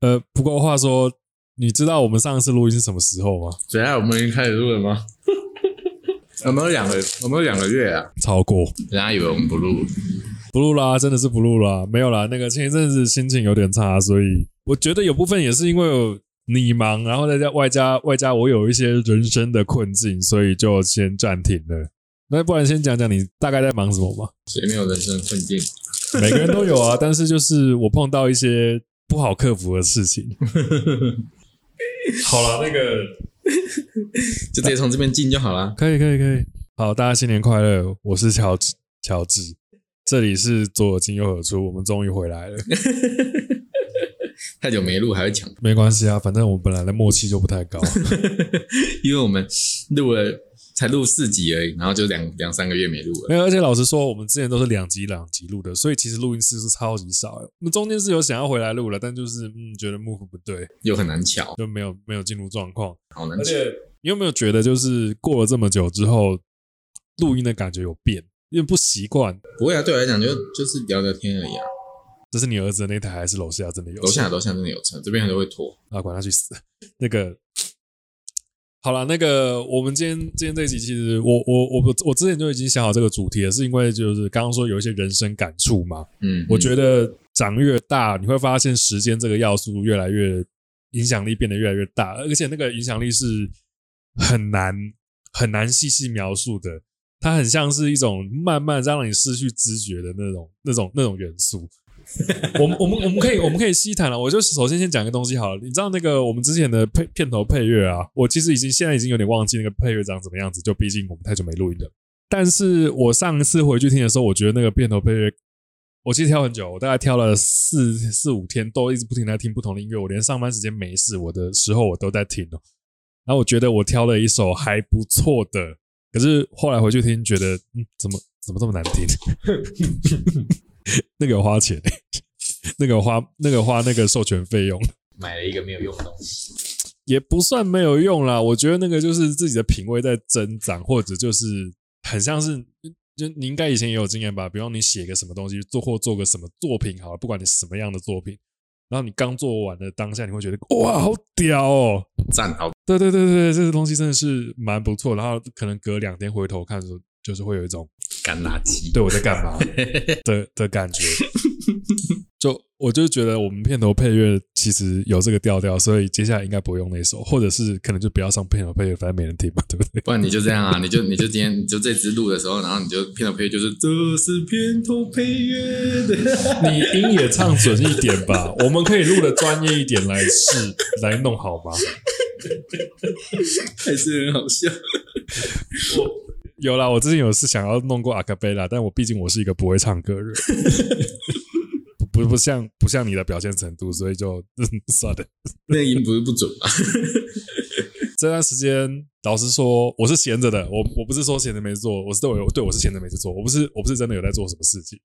呃，不过话说，你知道我们上次录音是什么时候吗？怎样？我们已经开始录了 吗？有没有两个？有没有两个月啊？超过人家以为我们不录，不录啦，真的是不录啦，没有啦。那个前一阵子心情有点差，所以我觉得有部分也是因为有你忙，然后再加外加外加我有一些人生的困境，所以就先暂停了。那不然先讲讲你大概在忙什么吧。谁没有人生困境？每个人都有啊，但是就是我碰到一些不好克服的事情。好了，那个就直接从这边进就好啦。可以，可以，可以。好，大家新年快乐！我是乔治，乔治，这里是左耳进右耳出，我们终于回 来了。太久没录还会抢，没关系啊，反正我们本来的默契就不 太高。因为我们录了才录四集而已，然后就两两三个月没录了。没有，而且老实说，我们之前都是两集两集录的，所以其实录音次数超级少欸。我们中间是有想要回来录了，但就是嗯，觉得幕府不对，又很难巧，就没有没有进入状况。好难而巧。且你有没有觉得，就是过了这么久之后，录音的感觉有变，因为不习惯。不会啊，对我来讲就就是聊聊天而已啊。这是你儿子的那台，还是楼下真的有？楼下楼下真的有车，这边都会拖。啊，管他去死。 那个，好了，那个，我们今天今天这一集，其实我我我我我之前就已经想好这个主题了，是因为就是刚刚说有一些人生感触嘛。嗯，我觉得长越大，你会发现时间这个要素越来越影响力变得越来越大，而且那个影响力是很难很难细细描述的。它很像是一种慢慢让你失去知觉的那种、 那种、那种元素。我们、我 们、我们可以、我们可以细谈了。啊我就首先先讲一个东西好了。你知道那个我们之前的配片头配乐啊，我其实已经现在已经有点忘记那个配乐长什么样子，就毕竟我们太久没录音了。但是我上一次回去听的时候，我觉得那个片头配乐，我其实挑很久，我大概挑了四四五天，都一直不停地在听不同的音乐。我连上班时间没事我的时候，我都在听哦。然后我觉得我挑了一首还不错的，可是后来回去听，觉得嗯，怎么怎么这么难听？ 那个有花钱，欸那个有花那个花那个授权费用，买了一个没有用的东西，也不算没有用啦。我觉得那个就是自己的品味在增长，或者就是很像是，就你应该以前也有经验吧。比方你写个什么东西，做或做个什么作品好了，不管你什么样的作品，然后你刚做完的当下，你会觉得哇，好屌哦！赞好。对对对对，这个东西真的是蛮不错。然后可能隔两天回头看的时候，就是会有一种干垃圾。对我在干 嘛的的感觉。就我就觉得我们片头配乐其实有这个调调，所以接下来应该不会用那首，或者是可能就不要上片头配乐，反正没人听嘛，对不对？不然你就这样啊，你就你就今天你就这支录的时候，然后你就片头配乐就是这是片头配乐的， 你音也唱准一点 吧，我们可以录的专业一点来试来弄好吗？还是很好笑。 有啦，我之前有是想要弄过阿卡贝拉，但我毕竟我是一个不会唱歌的 人，不不像不像你的表现程度，所以就 算了。那个音不是不准吗？这段时间，老实说，我是闲着的。我我不是说闲着没事做，我是对我有对我是闲着没事做。我不是我不是真的有在做什么事情，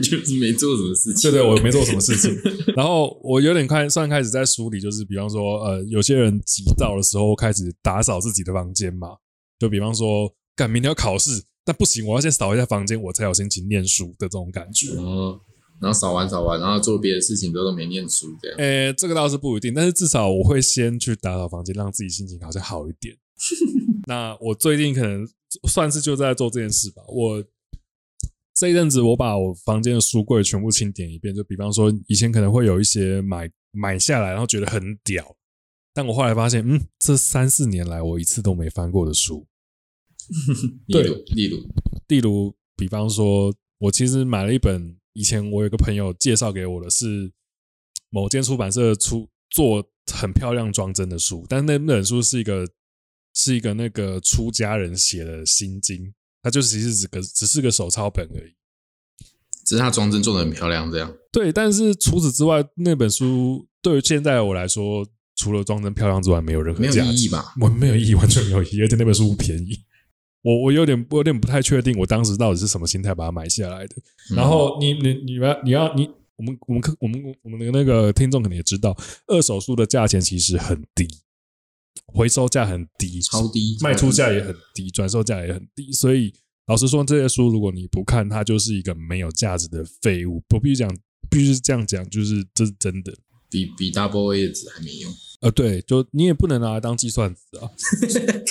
就是没做什么事情。对对，我没做什么事情。然后我有点开算开始在梳理，就是比方说，呃，有些人急躁的时候开始打扫自己的房间嘛，就比方说，赶明天要考试，但不行，我要先扫一下房间，我才有心情念书的这种感觉。然后然后扫完扫完，然后做别的事情都都没念书这样。呃，这个倒是不一定，但是至少我会先去打扫房间，让自己心情好像好一点。那我最近可能算是就在做这件事吧。我这一阵子，我把我房间的书柜全部清点一遍，就比方说以前可能会有一些买买下来，然后觉得很屌，但我后来发现，嗯，这三四年来我一次都没翻过的书，例对如例如，例如，比方说，我其实买了一本，以前我有个朋友介绍给我的是某间出版社出做很漂亮装帧的书，但是那那本书是一个是一个那个出家人写的心经，它就其实只个只是个手抄本而已。只是他装帧做的很漂亮这样。对，但是除此之外，那本书对于现在我来说，除了装帧漂亮之外，没有任何没有价值意义吧？我没有意义，完全没有意义，而且那本书不便宜。我我有点我有点不太确定，我当时到底是什么心态把它买下来的。嗯然后你你你要你要你，我们我们客我们我们的那个听众可能也知道，二手书的价钱其实很低，回收价很低，超低，卖出价也很低，转售价也很低，所以老实说，这些书如果你不看，它就是一个没有价值的废物。不必须讲，必须这样讲，就是这是真的。比比 Double A 的值还没用。呃，对，就你也不能拿来当计算纸 啊，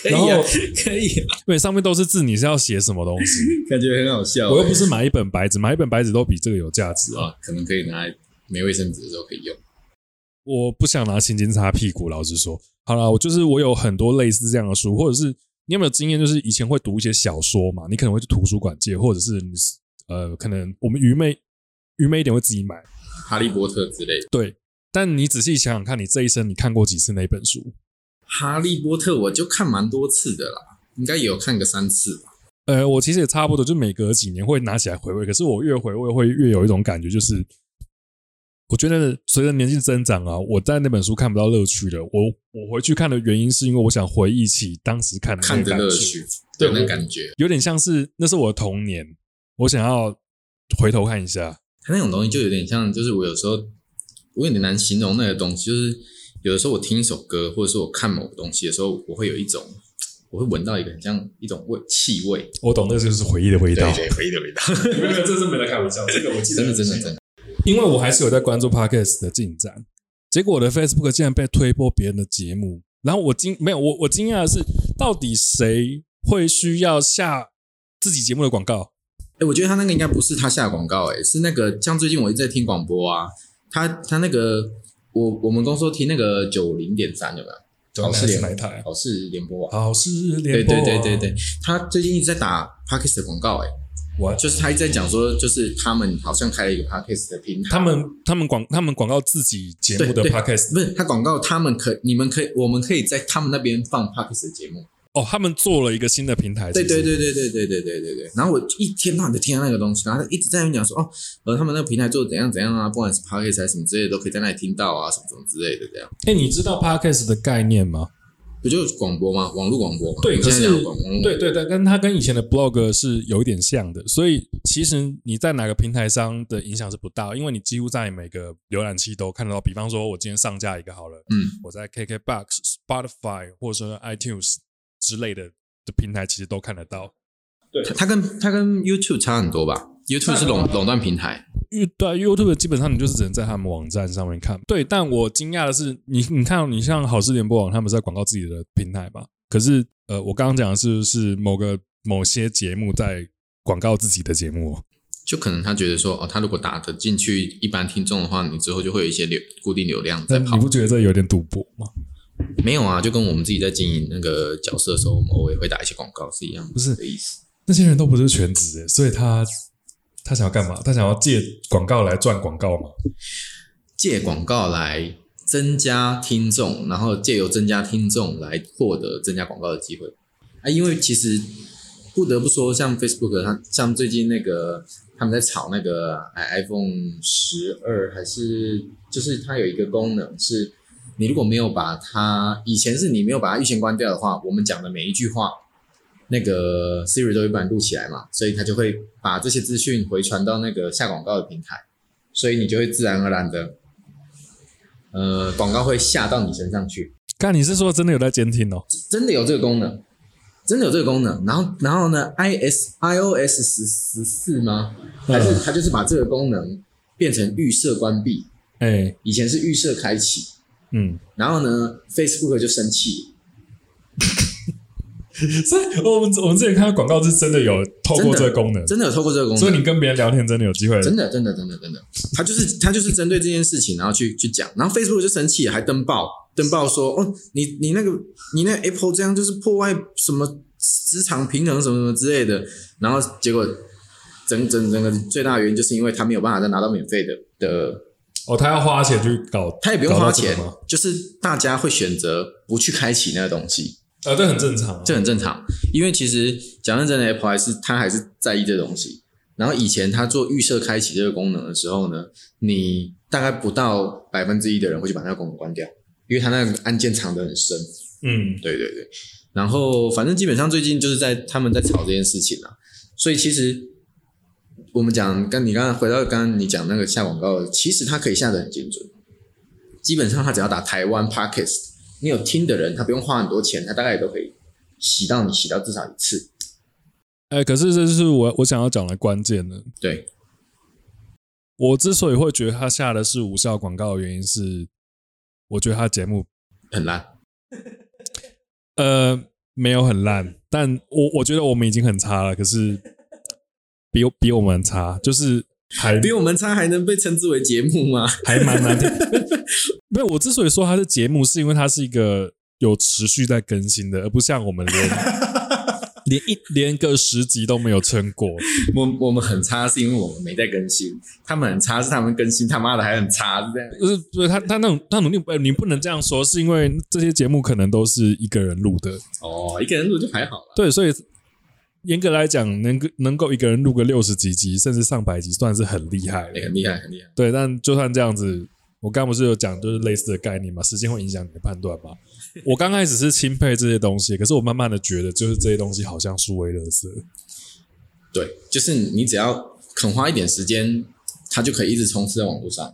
可以啊然后可以、啊，因为上面都是字，你是要写什么东西？ 感觉很好笑欸、我又不是买一本白纸，买一本白纸都比这个有价值啊！啊，可能可以拿来没卫生纸的时候可以用。我不想拿青筋擦屁股，老实说。好啦，我就是我有很多类似这样的书，或者是你有没有经验？就是以前会读一些小说嘛，你可能会去图书馆借，或者是你是呃，可能我们愚昧愚昧一点会自己买。哈利波特之类的，对，但你仔细想想看，你这一生你看过几次那本书？哈利波特我就看蛮多次的啦，应该也有看个三次吧。呃，我其实也差不多，就每隔几年会拿起来回味。可是我越回味，会越有一种感觉，就是我觉得随着年纪增长啊，我在那本书看不到乐趣了。我我回去看的原因，是因为我想回忆起当时看的那看个着感乐觉，趣，对那感觉，有点像是那是我的童年，我想要回头看一下。它那种东西就有点像，就是我有时候我有点难形容那个东西，就是有的时候我听一首歌，或者是我看某个东西的时候，我会有一种，我会闻到一个很像一种味气味，我懂，那就是回忆的味对对，回忆的味道，没有，这是没在开玩笑，这个我记真的真的 真的，因为我还是有在关注 podcast 的进展，结果我的 Facebook 竟然被推播别人的节目，然后我惊没有我我惊讶的是，到底谁会需要下自己节目的广告？哎、我觉得他那个应该不是他下广告、欸，是那个像最近我一直在听广播啊，他他那个我我们公司都听那个九零点三有没有？好事联哪一台？好事联播网，好事对联播、对对对，对，他最近一直在打 Parkes 的广告、欸，我就是他一直在讲说，就是他们好像开了一个 Parkes 的平台，他们他们广他们广告自己节目的对对 podcast 不是他广告，他们可你们可以我们可以在他们那边放 Parkes 的节目，哦，他们做了一个新的平台，对是不是对，对对对对对对对对。然后我一天到晚就听到那个东西，然后他一直在那边讲说，哦，呃，他们那个平台做得怎样怎样啊，不管是 podcast 还是什么之类的，都可以在那里听到啊，什么什么之类的这样。哎，你知道 podcast 的概念吗？不就是广播吗？网络广播吗？对，你可现在是讲广播，嗯对对对，跟它跟以前的 blog 是有一点像的，所以其实你在哪个平台上的影响是不大，因为你几乎在每个浏览器都看得到。比方说，我今天上架一个好了，嗯，我在 KKBox、Spotify 或者说 iTunes 之类的的平台，其实都看得到。它它跟它跟 YouTube 差很多吧？YouTube 是垄垄断平台，因为对啊 YouTube 基本上你就是只能在他们网站上面看。对，但我惊讶的是，你你看哦，你像好事联播网，他们是在广告自己的平台嘛？可是呃，我刚刚讲的是是某个某些节目在广告自己的节目哦、就可能他觉得说，哦，他如果打得进去一般听众的话，你之后就会有一些流固定流量在呃但你跑。不觉得这有点赌博吗？没有啊，就跟我们自己在经营那个角色的时候，我们偶尔会打一些广告是一样的，不是的意思。那些人都不是全职诶，所以他他想要干嘛？他想要借广告来赚广告嘛？借广告来增加听众，然后借由增加听众来获得增加广告的机会啊。因为其实不得不说，像 Facebook，它像最近那个他们在炒那个哎 iPhone 十二，还是就是它有一个功能是，你如果没有把它以前是你没有把它预先关掉的话，我们讲的每一句话。那个 Siri 都会帮你录起来嘛，所以它就会把这些资讯回传到那个下广告的平台，所以你就会自然而然的呃，广告会下到你身上去，看你是说真的有在监听哦？真的有这个功能，真的有这个功能。然后，然后呢，i s i o s 十十四吗？嗯还是它就是把这个功能变成预设关闭，哎、以前是预设开启。嗯，然后呢，Facebook 就生气，所以我们我们之前看到广告是真的有透过这个功能，真的有透过这个功能，所以你跟别人聊天真的有机会。真的真的真的真的，他就是他就是针对这件事情，然后去去讲，然后 Facebook 就生气了，还登报登报说，哦，你你那个你那个 Apple 这样就是破坏什么职场平衡什么什么之类的，然后结果整整整个最大的原因就是因为他没有办法再拿到免费的的，哦，他要花钱去搞，他也不用搞花到这个钱吗？，就是大家会选择不去开启那个东西，啊，这很正常、啊。这很正常，因为其实讲认真的，Apple 还是它还是在意这东西。然后以前它做预设开启这个功能的时候呢，你大概不到百分之一的人会去把那个功能关掉，因为它那个按键藏得很深。嗯，对对对。然后反正基本上最近就是在他们在吵这件事情啊，所以其实我们讲刚你刚刚回到刚刚你讲那个下广告，其实它可以下得很精准，基本上他只要打台湾 Podcast，你有听的人，他不用花很多钱，他大概也都可以洗到你洗到至少一次。哎、可是这是我我想要讲的关键呢。对，我之所以会觉得他下的是无效广告的原因是，我觉得他节目很烂。呃没有很烂，但我我觉得我们已经很差了，可是 比我比我们差，就是还比我们差还能被称之为节目吗？ 还蛮难听。没有，我之所以说它是节目，是因为它是一个有持续在更新的，而不像我们 连连一连个十集都没有撑过。我我们很差是因为我们没在更新，他们很差是他们更新他妈的还很差，是这样。就是就是他他那种他努力，呃你不能这样说，是因为这些节目可能都是一个人录的，哦，一个人录就还好了。对，所以严格来讲，能够能够一个人录个六十几集，甚至上百集，算是很厉害哎了。很厉害，很厉害。对，但就算这样子，我刚不是有讲就是类似的概念嘛，时间会影响你的判断嘛。我刚开始是钦佩这些东西，可是我慢慢的觉得，就是这些东西好像殊为垃圾。对，就是你只要肯花一点时间，它就可以一直充斥在网络上。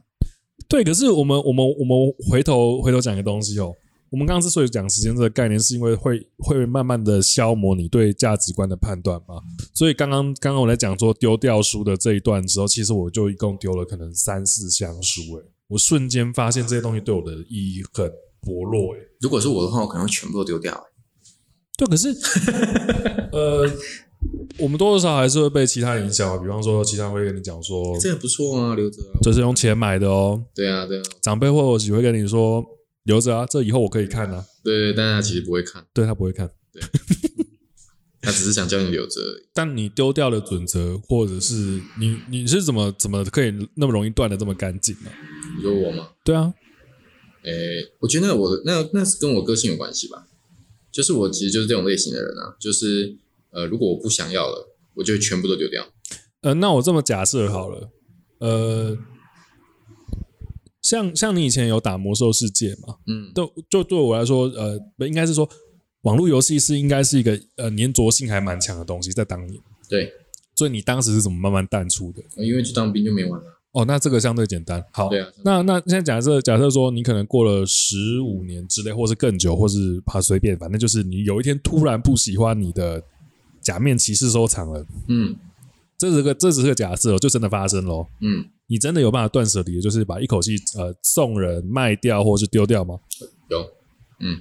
对，可是我们我们我们回头回头讲一个东西哦，我们刚刚之所以讲时间这个概念，是因为会会慢慢的消磨你对价值观的判断嘛。所以刚刚刚刚我在讲说丢掉书的这一段的时候，其实我就一共丢了可能三四箱书，诶，我瞬间发现这些东西对我的意义很薄弱，欸诶。如果是我的话，我可能会全部都丢掉。对，可是 呃，我们多多少少还是会被其他人影响啊，比方说其他人会跟你讲说，这个不错啊，留着啊。这是用钱买的哦，对啊，对啊，长辈或许会跟你说留着啊，这以后我可以看啊。对，但他其实不会看，对他不会看。他只是想叫你留着而已。但你丢掉的准则，或者是你你是怎么怎么可以那么容易断的这么干净呢、你说我吗？对啊，诶，我觉得我的那那是跟我个性有关系吧。就是我其实就是这种类型的人啊，就是呃，如果我不想要了，我就全部都丢掉。呃，那我这么假设好了，呃，像像你以前有打魔兽世界嘛？嗯，对，就对我来说，呃，不应该是说网络游戏是应该是一个呃粘着性还蛮强的东西，在当年。对，所以你当时是怎么慢慢淡出的？因为去当兵就没玩了。哦，那这个相对简单。好，对啊，那那现在假设假设说你可能过了十五年之类，或是更久，或是怕随便，反正就是你有一天突然不喜欢你的假面骑士收藏了，嗯这是个这只是个假设哦，就真的发生喽。嗯，你真的有办法断舍离，就是把一口气呃送人卖掉或是丢掉吗？有，嗯，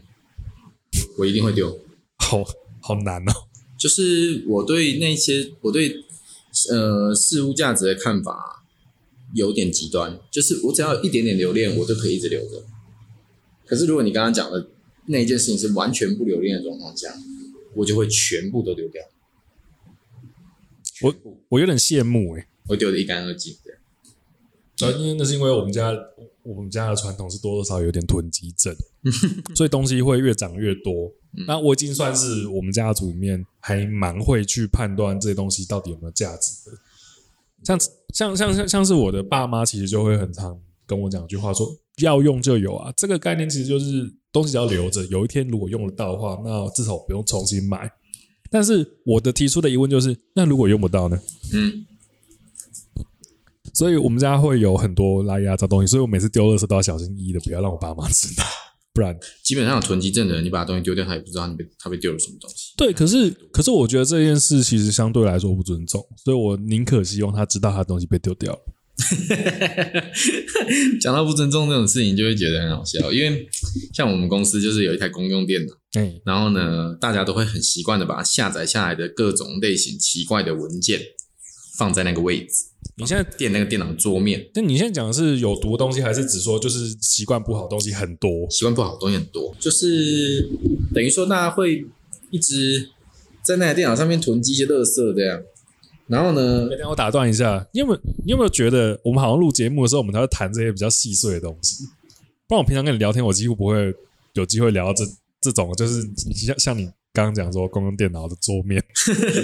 我一定会丢。好好难哦。就是我对那些我对呃事物价值的看法有点极端，就是我只要有一点点留恋，我就可以一直留着。可是如果你刚刚讲的那一件事情是完全不留恋的状况下，我就会全部都丢掉，我我有点羡慕欸诶、我丢得一干二净。对呃，因为那是因为我们家我们家的传统是多多少少有点囤积症，所以东西会越长越多。那我已经算是我们家族里面还蛮会去判断这些东西到底有没有价值的。像像像像像是我的爸妈，其实就会很常跟我讲一句话说要用就有啊。这个概念其实就是东西只要留着，有一天如果用得到的话，那至少我不用重新买。但是我的提出的疑问就是，那如果用不到呢？嗯，所以我们家会有很多拉拉杂东西，所以我每次丢垃圾都要小心翼翼的，不要让我爸妈知道， 不然基本上有囤积症的人，你把东西丢掉，他也不知道你被他被丢了什么东西。对。可是可是我觉得这件事其实相对来说不尊重，所以我宁可希望他知道他的东西被丢掉了。讲到不尊重这种事情，就会觉得很好笑，因为像我们公司就是有一台公用电脑。哎、然后呢，大家都会很习惯的把下载下来的各种类型奇怪的文件放在那个位置，你现在，电那个电脑桌面，那你现在讲的是有毒的东西，还是只说就是习惯不好的东西很多？习惯不好的东西很多，就是等于说大家会一直在那台电脑上面囤积一些垃圾这样。然后呢，等一下我打断一下，你有没有你有没有觉得我们好像录节目的时候，我们才会谈这些比较细碎的东西？不然我平常跟你聊天，我几乎不会有机会聊到这这种，就是你像像你刚刚讲说公用电脑的桌面。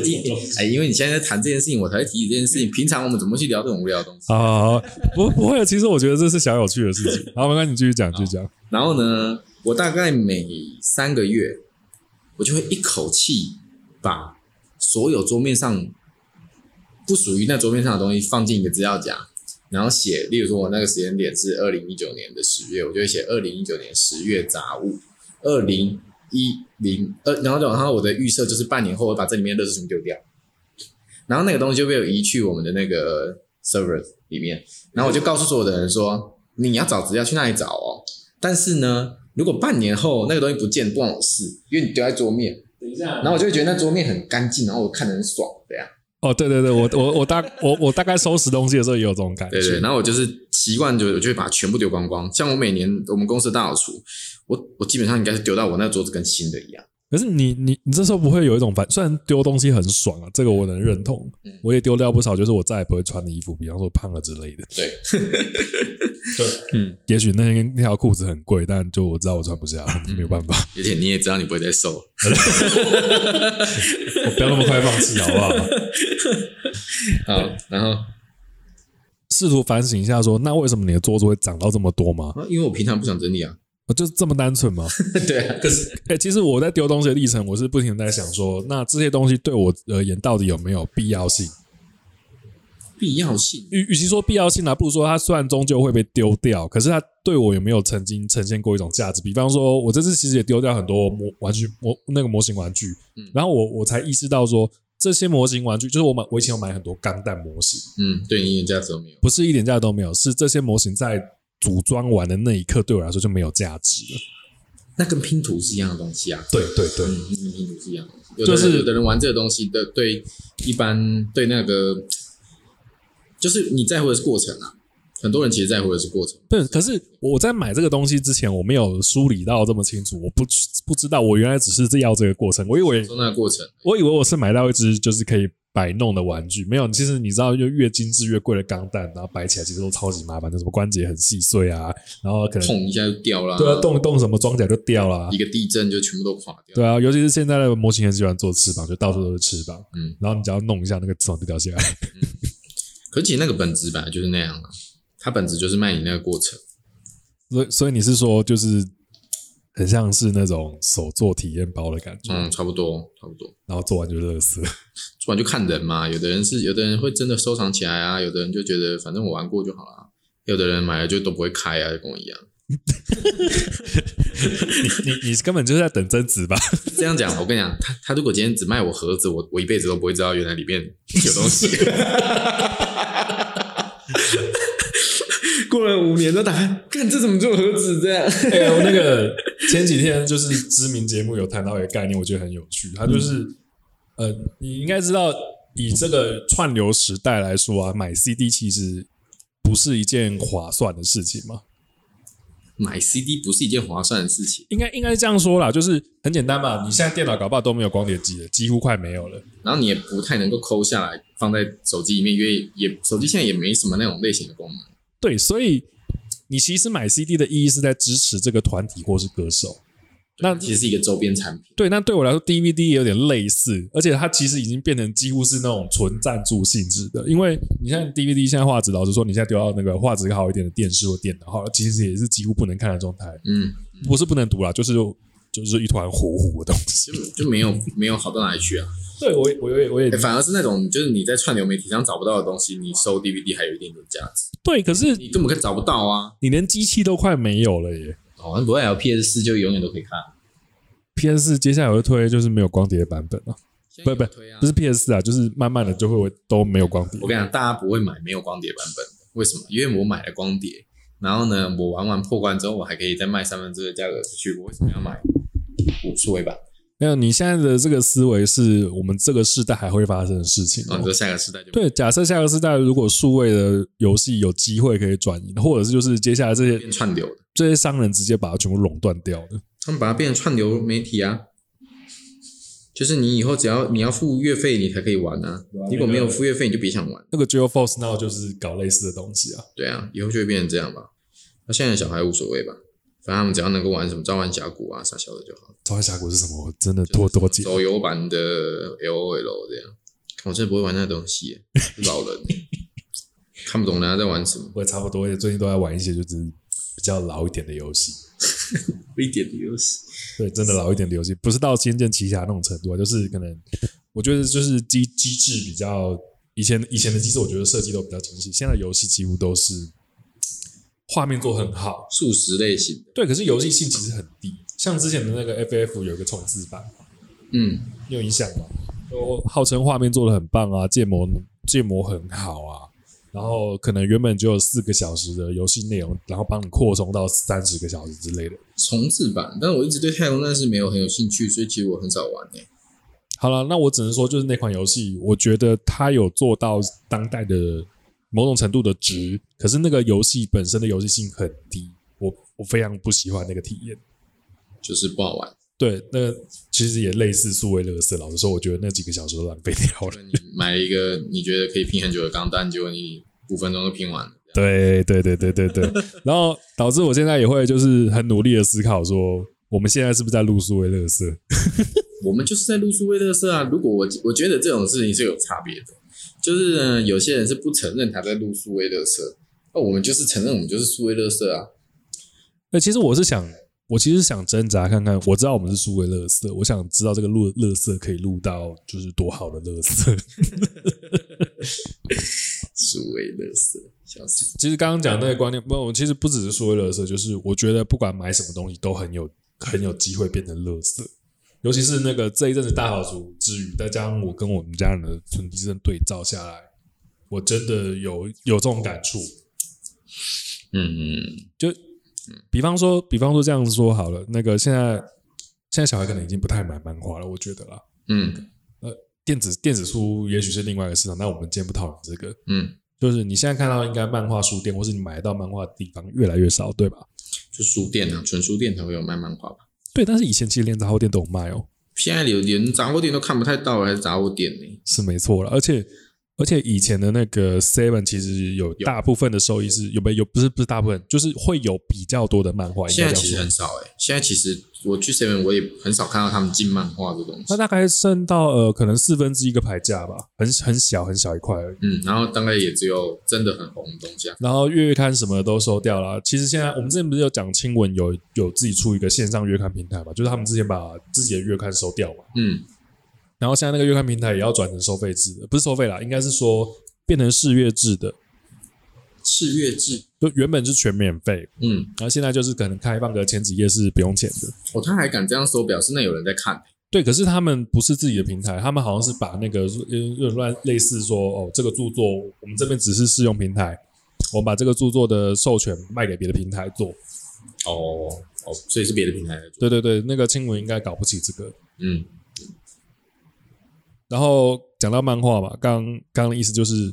因哎，因为你现在在谈这件事情，我才会提起这件事情。平常我们怎么会去聊这种无聊的东西？好好好，不不会，其实我觉得这是小有趣的事情。好，没关系，你继续讲，继续讲。然后呢，我大概每三个月，我就会一口气把所有桌面上不属于那桌面上的东西放进一个资料夹，然后写，例如说我那个时间点是二零一九年的十月，我就会写二零一九年十月杂物，二零一零二，然后然后我的预设就是半年后我把这里面的垃圾全部丢掉，然后那个东西就被我移去我们的那个 server 里面，然后我就告诉所有的人说，你要找资料去那里找哦。但是呢，如果半年后那个东西不见，不关我事，因为你丢在桌面，等一下，然后我就会觉得那桌面很干净，然后我看得很爽，啊这样。哦，对对对，我我我大我我大概收拾东西的时候也有这种感觉。对对，然后我就是习惯就我就会把它全部丢光光。像我每年我们公司的大扫除，我我基本上应该是丢到我那个桌子跟新的一样。可是你你你这时候不会有一种烦？虽然丢东西很爽啊，这个我能认同，嗯我也丢掉不少，就是我再也不会穿的衣服，比方说胖了之类的。对，对，嗯，也许那那条裤子很贵，但就我知道我穿不 下，没有办法，而且你也知道你不会再瘦。我不要那么快放弃，好不好？好，然后试图反省一下说那为什么你的桌子会涨到这么多吗？啊因为我平常不想整理啊。我就是这么单纯吗？ 对啊，可是 哎、其实我在丢东西的历程，我是不停地在想说，那这些东西对我而言到底有没有必要性？必要性，与与其说必要性啊，不如说它虽然终究会被丢掉，可是它对我有没有曾经呈现过一种价值？比方说，我这次其实也丢掉很多模玩具模那个模型玩具，嗯然后我我才意识到说，这些模型玩具就是我买我以前有买很多钢弹模型，嗯，对你一点价值都没有。不是一点价值都没有，是这些模型在组装完的那一刻对我来说就没有价值了。那跟拼图是一样的东西啊。对对对，嗯，那跟拼图是一样的东西。有就的人、是有的人玩这个东西的，对一般对那个，就是你在乎的是过程啊。很多人其实在乎的是过程。对，可是我在买这个东西之前，我没有梳理到这么清楚，我不不知道，我原来只是要这个过程，我以为说那个过程，我以为我是买到一只就是可以摆弄的玩具，没有，其实你知道，就越精致越贵的钢弹，然后摆起来其实都超级麻烦，就什么关节很细碎啊，然后可能碰一下就掉了、对啊，动一动什么装甲就掉啦、一个地震就全部都垮掉。对啊，尤其是现在的模型很喜欢做翅膀，就到处都是翅膀，嗯，然后你只要弄一下，那个翅膀就掉下来。可是其实那个本质本来就是那样啊，它本质就是卖你那个过程。所以，所以你是说，就是很像是那种手做体验包的感觉，嗯，差不多，差不多。然后做完就乐死。不然就看人嘛，有的人是，有的人会真的收藏起来啊，有的人就觉得反正我玩过就好了，有的人买了就都不会开啊，就跟我一样。 你你你根本就是在等增值吧？这样讲，我跟你讲，他他如果今天只卖我盒子，我我一辈子都不会知道原来里面有东西。 过了五年都打开，看这怎么做盒子这样？ 哎、我那个前几天就是知名节目有谈到一个概念，我觉得很有趣。它就是，呃，你应该知道，以这个串流时代来说啊，买 CD 其实不是一件划算的事情嘛。买 CD 不是一件划算的事情，应该应该这样说啦，就是很简单嘛。你现在电脑搞不好都没有光碟机了，几乎快没有了。然后你也不太能够抠下来放在手机里面，因为也手机现在也没什么那种类型的功能。对，所以你其实买 CD 的意义是在支持这个团体或是歌手。那其实是一个周边产品。对，那对我来说，DVD 也有点类似，而且它其实已经变成几乎是那种纯赞助性质的。因为你像 DVD 现在画质，老实说，你现在丢到那个画质好一点的电视或电脑，哈，其实也是几乎不能看的状态，嗯，不是不能读啦，就是就是一团糊糊的东西。就就没有没有好到哪里去啊、对我也我也我也欸反而是那种就是你在串流媒体上找不到的东西，你收 DVD 还有一点点价值，对，可是你根本找不到啊。你连机器都快没有了耶。哦，那不会有 PS 四就永远都可以看， PS 四接下来会推就是没有光碟的版本了、不不推啊不是 PS 四啊，就是慢慢的就会都没有光碟我。跟你讲，大家不会买没有光碟版本的，为什么？因为我买了光碟，然后呢，我玩完破关之后，我还可以再卖三分之二的价格出去，我为什么要买五数位版？没有，你现在的这个思维是我们这个世代还会发生的事情、然后你说下个时代就对，假设下个世代如果数位的游戏有机会可以转移，或者是就是接下来这些变串流的，这些商人直接把它全部垄断掉的，他们把它变成串流媒体啊。就是你以后只要你要付月费，你才可以玩啊。如果没有付月费，你就别想玩。那个 GeoForce Now 就是搞类似的东西啊。对啊，以后就会变成这样吧。那现在的小孩无所谓吧，反正他们只要能够玩什么召唤峡谷啊、傻小的就好。超级峡谷是什么？我真的多多解。手游版的 L O L 这样，看我真的不会玩那东西耶，老人耶看不懂人家在玩什么，我也差不多，而且最近都在玩一些就是比较老一点的游戏。一点的游戏。对，真的老一点的游戏，不是到《仙剑奇侠》那种程度啊，就是可能我觉得就是机机制比较以前以前的机制，我觉得设计都比较精细，现在游戏几乎都是画面做很好，素食类型的，对，可是游戏性其实很低，像之前的那个 FF 有一个重置版，嗯，你有印象吗？我号称画面做的很棒啊，建模建模很好啊，然后可能原本只有四个小时的游戏内容，然后帮你扩充到三十个小时之类的。重置版，但我一直对太空战士没有很有兴趣，所以其实我很少玩诶、好了，那我只能说，就是那款游戏，我觉得它有做到当代的某种程度的值，可是那个游戏本身的游戏性很低，我我非常不喜欢那个体验。就是不好玩。对，那其实也类似数位乐色。老实说，我觉得那几个小时都浪费掉 了。那你买了一个你觉得可以拼很久的钢弹，结果你五分钟就拼完了。对对对对对对，然后导致我现在也会就是很努力的思考说，我们现在是不是在录数位乐色？我们就是在录数位特色啊。如果我我觉得这种事情是有差别的，就是呢有些人是不承认他在录数位特色，那我们就是承认我们就是数位特色啊。那其实我是想，我其实想挣扎看看，我知道我们是数位乐色，我想知道这个录乐色可以录到就是多好的乐色。数位特色，笑死。其实刚刚讲那个观念，不，我其实不只是说垃圾，就是我觉得不管买什么东西都很有很有机会变成垃圾，尤其是那个这一阵子大扫除之余，再加上我跟我们家人的存积症对照下来，我真的有有这种感触。嗯，就比方说，比方说这样说好了，那个现在现在小孩可能已经不太买漫画了，我觉得啦，嗯电子电子书也许是另外一个市场，但我们今天不讨论这个，嗯，就是你现在看到应该漫画书店或是你买得到漫画的地方越来越少，对吧？就书店啊，纯书店才会有卖漫画吧。对，但是以前其实连杂货店都有卖哦，现在有连杂货店都看不太到，还是杂货店呢、是没错了。而且而且以前的那个 Seven 其实有有大部分的收益是有没有不是不是大部分，就是会有比较多的漫画。应现该在这样其实说很少哎、现在其实我去 seven 我也很少看到他们进漫画这东西它。大概剩到呃可能四分之一个牌价吧，很很小很小一块而已。嗯，然后大概也只有真的很红的东西啊。然后月刊什么的都收掉了。其实现在我们之前不是有讲亲吻有有自己出一个线上月刊平台嘛，就是他们之前把自己的月刊收掉嘛，嗯，然后现在那个月刊平台也要转成收费制的，不是收费啦，应该是说变成试阅制的，赤月志，就原本是全免费，嗯，然后现在就是可能开放个前几页是不用钱的。哦，他还敢这样说，表示那有人在看、对，可是他们不是自己的平台，他们好像是把那个呃有点乱类似说哦，这个著作我们这边只是试用平台，我们把这个著作的授权卖给别的平台做。哦哦，所以是别的平台在对做。对对，那个青文应该搞不起这个。嗯，然后讲到漫画嘛，刚刚的意思就是，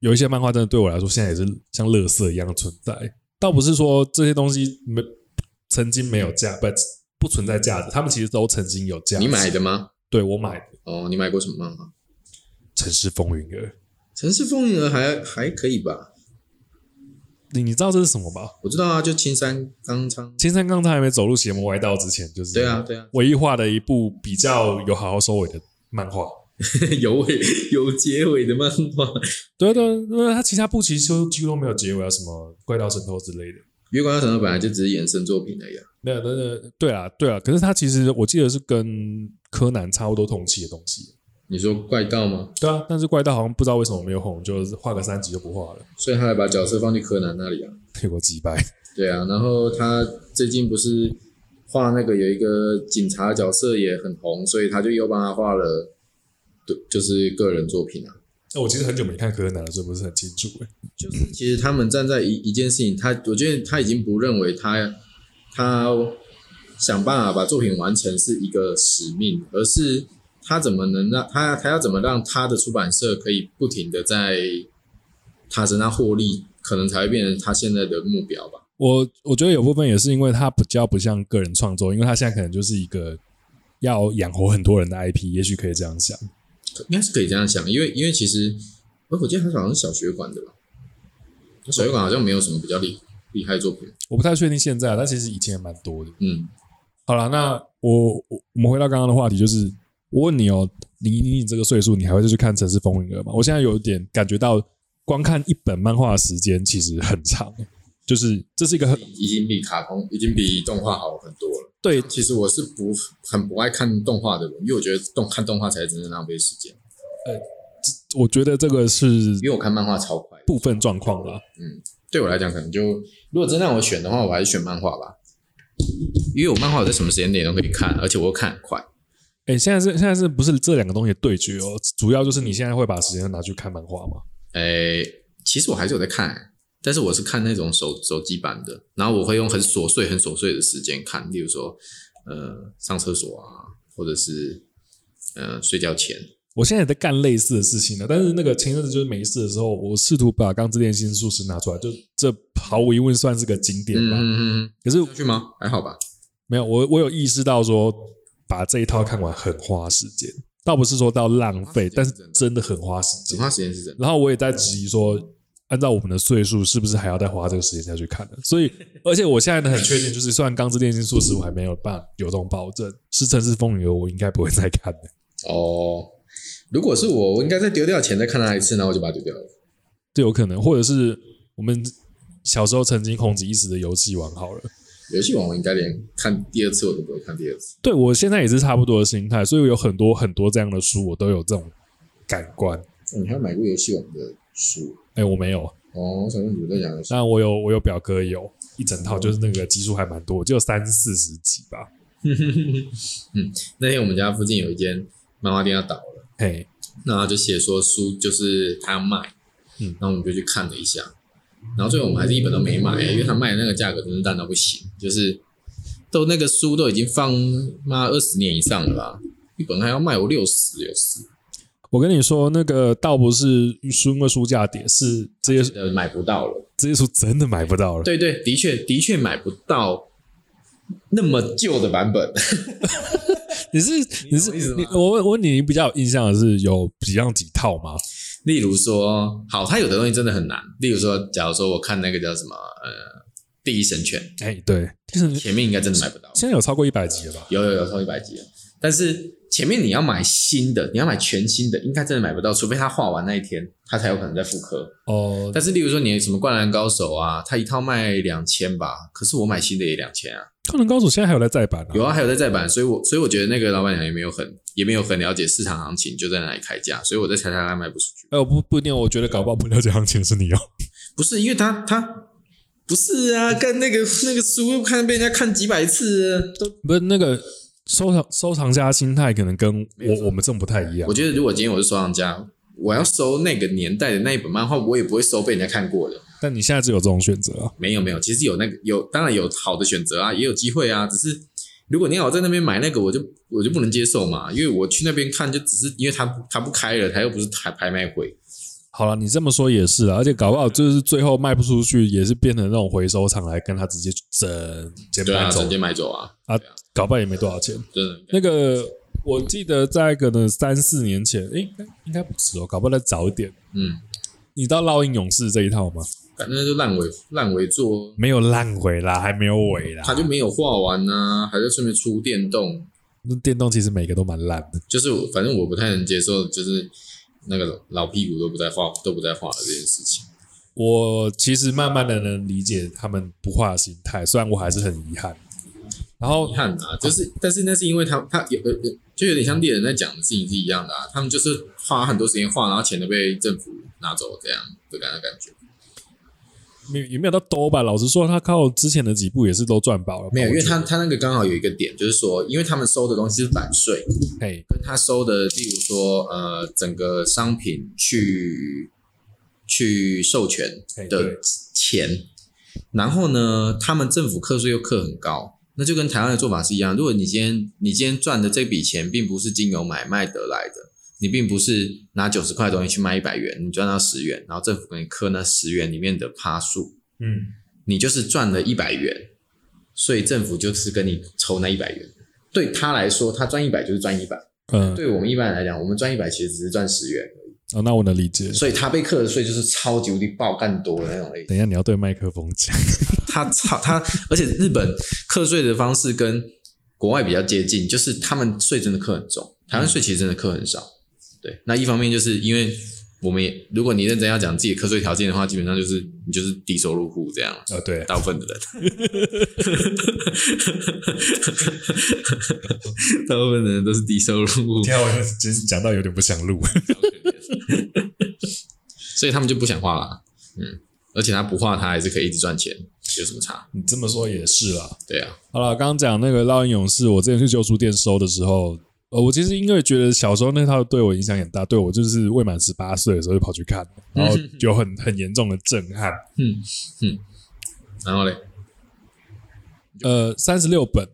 有一些漫画真的对我来说，现在也是像垃圾一样存在。倒不是说这些东西没曾经没有价，不不存在价值，他们其实都曾经有价值。你买的吗？对我买的《哦，你买过什么漫画？城市风云二》 《城市风云儿》还还可以吧？你，你知道这是什么吧？我知道啊，就青山刚昌。青山刚才还没走入邪魔歪道之前，就是对啊，对啊， 唯一画的一部比较有好好收尾的漫画。有尾有结尾的漫画，《对啊对啊，因为他其他部其实就几乎都没有结尾啊，什么怪盗神偷之类的。月光神偷》本来就只是衍生作品而已、啊。没有，那个对啊，对啊。可是他其实我记得是跟柯南差不多同期的东西，你说怪盗吗？对啊。但是怪盗好像不知道为什么没有红，就是画个三集就不画 了，所以他还把角色放去柯南那里啊。有个几百。对啊，然后他最近不是画那个有一个警察角色也很红，所以他就又帮他画了，对，就是个人作品啊。那我其实很久没看柯南了，所以不是很清楚、欸。就是其实他们站在一一件事情，他我觉得他已经不认为他他想办法把作品完成是一个使命，而是他怎么能让他他要怎么让他的出版社可以不停的在他身上获利，可能才会变成他现在的目标吧。我我觉得有部分也是因为他比较不像个人创作，因为他现在可能就是一个要养活很多人的 IP，也许可以这样想。应该是可以这样想，因为因为其实，我我记得他好像是小学馆的吧，小学馆好像没有什么比较厉厉害的作品。我不太确定现在，但其实以前也蛮多的。嗯，好了，那我我我们回到刚刚的话题，就是我问你哦，你你你这个岁数，你还会再去看《城市风云二》吗？我现在有点感觉到，光看一本漫画的时间其实很长，就是这是一个很已经比卡通已经比动画好很多了。对其实我是不很不爱看动画的人，因为我觉得动看动画才是真正浪费时间。我觉得这个是因为我看漫画超快的，部分状况啦。对我来讲可能就如果真让我选的话，我还是选漫画吧，因为我漫画我在什么时间点都可以看，而且我又看很快。哎，现在是现在是不是这两个东西对决哦？主要就是你现在会把时间拿去看漫画吗？诶，其实我还是有在看、但是我是看那种手手机版的，然后我会用很琐碎、很琐碎的时间看，例如说，呃，上厕所啊，或者是呃睡觉前，我现在也在干类似的事情呢，但是那个前阵子就是没事的时候，我试图把《钢之炼金术师》拿出来，就这毫无疑问算是个经典吧。嗯嗯可是嗯，去吗？还好吧，没有，我我有意识到说，把这一套看完很花时间，倒不是说到浪费，花但时是间是真的真的很花时只间。花时间是真的。然后我也在质疑说，按照我们的岁数，是不是还要再花这个时间再去看呢？所以，而且我现在呢很确定，就是虽然《钢之炼金术师》我还没有办法有这种保证，是《城市风云》我应该不会再看的。哦，如果是我，我应该在丢掉前再看它一次，然后我就把它丢掉了。这有可能，或者是我们小时候曾经红极一时的游戏王好了。游戏王我应该连看第二次我都不会看第二次。对我现在也是差不多的心态，所以有很多很多这样的书，我都有这种感官。你嗯还买过游戏王的书？哎，我没有，哦，我想问你在讲的是，但我有我有表哥有一整套，就是那个集数还蛮多，就三四十集吧。那天我们家附近有一间漫画店要倒了。嘿，然后他就写说书就是他要卖，嗯然后我们就去看了一下，然后最后我们还是一本都没买，因为他卖的那个价格真是烂到不行，就是都那个书都已经放妈二十年以上了吧，一本还要卖我六十有十，我跟你说，那个倒不是书因为书价跌，啊是这些呃，买不到了。这些书真的买不到了。对对，的确的确买不到那么旧的版本， 你是你是懂我意思吗你，我问我问你，你比较有印象的是有比样几套吗？例如说，好，它有的东西真的很难，例如说，假如说我看那个叫什么呃《第一神犬哎，对，就是》，前面应该真的买不到。现在有超过一百集了吧？有有有超一百集了，但是前面你要买新的，你要买全新的，应该真的买不到，除非他画完那一天，他才有可能再复刻。哦，但是例如说你什么灌篮高手啊，他一套卖两千吧，可是我买新的也两千啊， 《灌篮高手》现在还有在再版啊？有啊，还有在再版，所以我所以我觉得那个老板娘也没有很也没有很了解市场行情，就在那里开价，所以我在猜他卖不出去，哎，我不不一定，我觉得搞不好不了解行情是你哦。不是因为他他。不是啊，看那个那个书，看被人家看几百次了，都 不是那个收藏收藏家心态可能跟没有我我们这种不太一样我。觉得如果今天我是收藏家，我要收那个年代的那一本漫画，我也不会收被人家看过的。但你现在只有这种选择啊？没有没有，其实有那个有，当然有好的选择啊，也有机会啊。只是如果你要我在那边买那个，我就我就不能接受嘛，因为我去那边看，就只是因为他不他不开了，他又不是拍拍卖会。好了，你这么说也是啊，而且搞不好就是最后卖不出去，也是变成那种回收厂来跟他直接整接对买啊，走直，接买走啊，啊对啊，搞不好也没多少钱。真的。那个我记得在可能三四年前，诶应该应该不止哦，搞不好再早一点。嗯，你到烙印勇士这一套吗？反正就烂尾烂尾做，没有烂尾啦，还没有尾啦。他就没有画完啊，还在顺便出电动，那电动其实每个都蛮烂的，就是我反正我不太能接受，就是那个老老屁股都不在画都不在画的这件事情。我其实慢慢的能理解他们不化的心态，虽然我还是很遗憾。然后遗憾啊，就是，但是那是因为他他有有有，就有点像猎人在讲的事情是一样的啊，他们就是花很多时间画，然后钱都被政府拿走这样的感感觉。没有也没有到多吧，老实说，他靠之前的几部也是都赚饱了吧。没有，因为我觉他得他那个刚好有一个点，就是说，因为他们收的东西是版税，嘿，跟他收的，例如说呃整个商品去去授权嘿对的钱，然后呢，他们政府课税又课很高，那就跟台湾的做法是一样。如果你今天你今天赚的这笔钱并不是经由买卖得来的，你并不是拿九十块的东西去卖一百元，你赚到十元，然后政府给你课那十元里面的趴数，嗯，你就是赚了一百元，所以政府就是跟你抽那一百元。对他来说，他赚一百就是赚一百。嗯、对我们一般人来讲，我们赚一百其实只是赚十元，哦，那我能理解。所以他被课的税就是超级无敌爆干多的那种类型。等一下你要对麦克风讲，他操他，而且日本课税的方式跟国外比较接近，就是他们税真的课很重，台湾税其实真的课很少。对，那一方面就是因为我们也，如果你认真要讲自己的课税条件的话，基本上就是你就是低收入户这样。呃，对，大部分的 人，大部分的人都是低收入户，天啊，我其实讲到有点不想录。 所以他们就不想画啦。嗯，而且他不画，他还是可以一直赚钱，有什么差？你这么说也是啦。对啊，好了，刚刚讲那个《烙印勇士》，我之前去旧书店收的时候，呃，我其实因为觉得小时候那套对我影响很大，对我就是未满十八岁的时候就跑去看，然 后有很很严重的震撼。嗯嗯，然后嘞，呃，三十六本，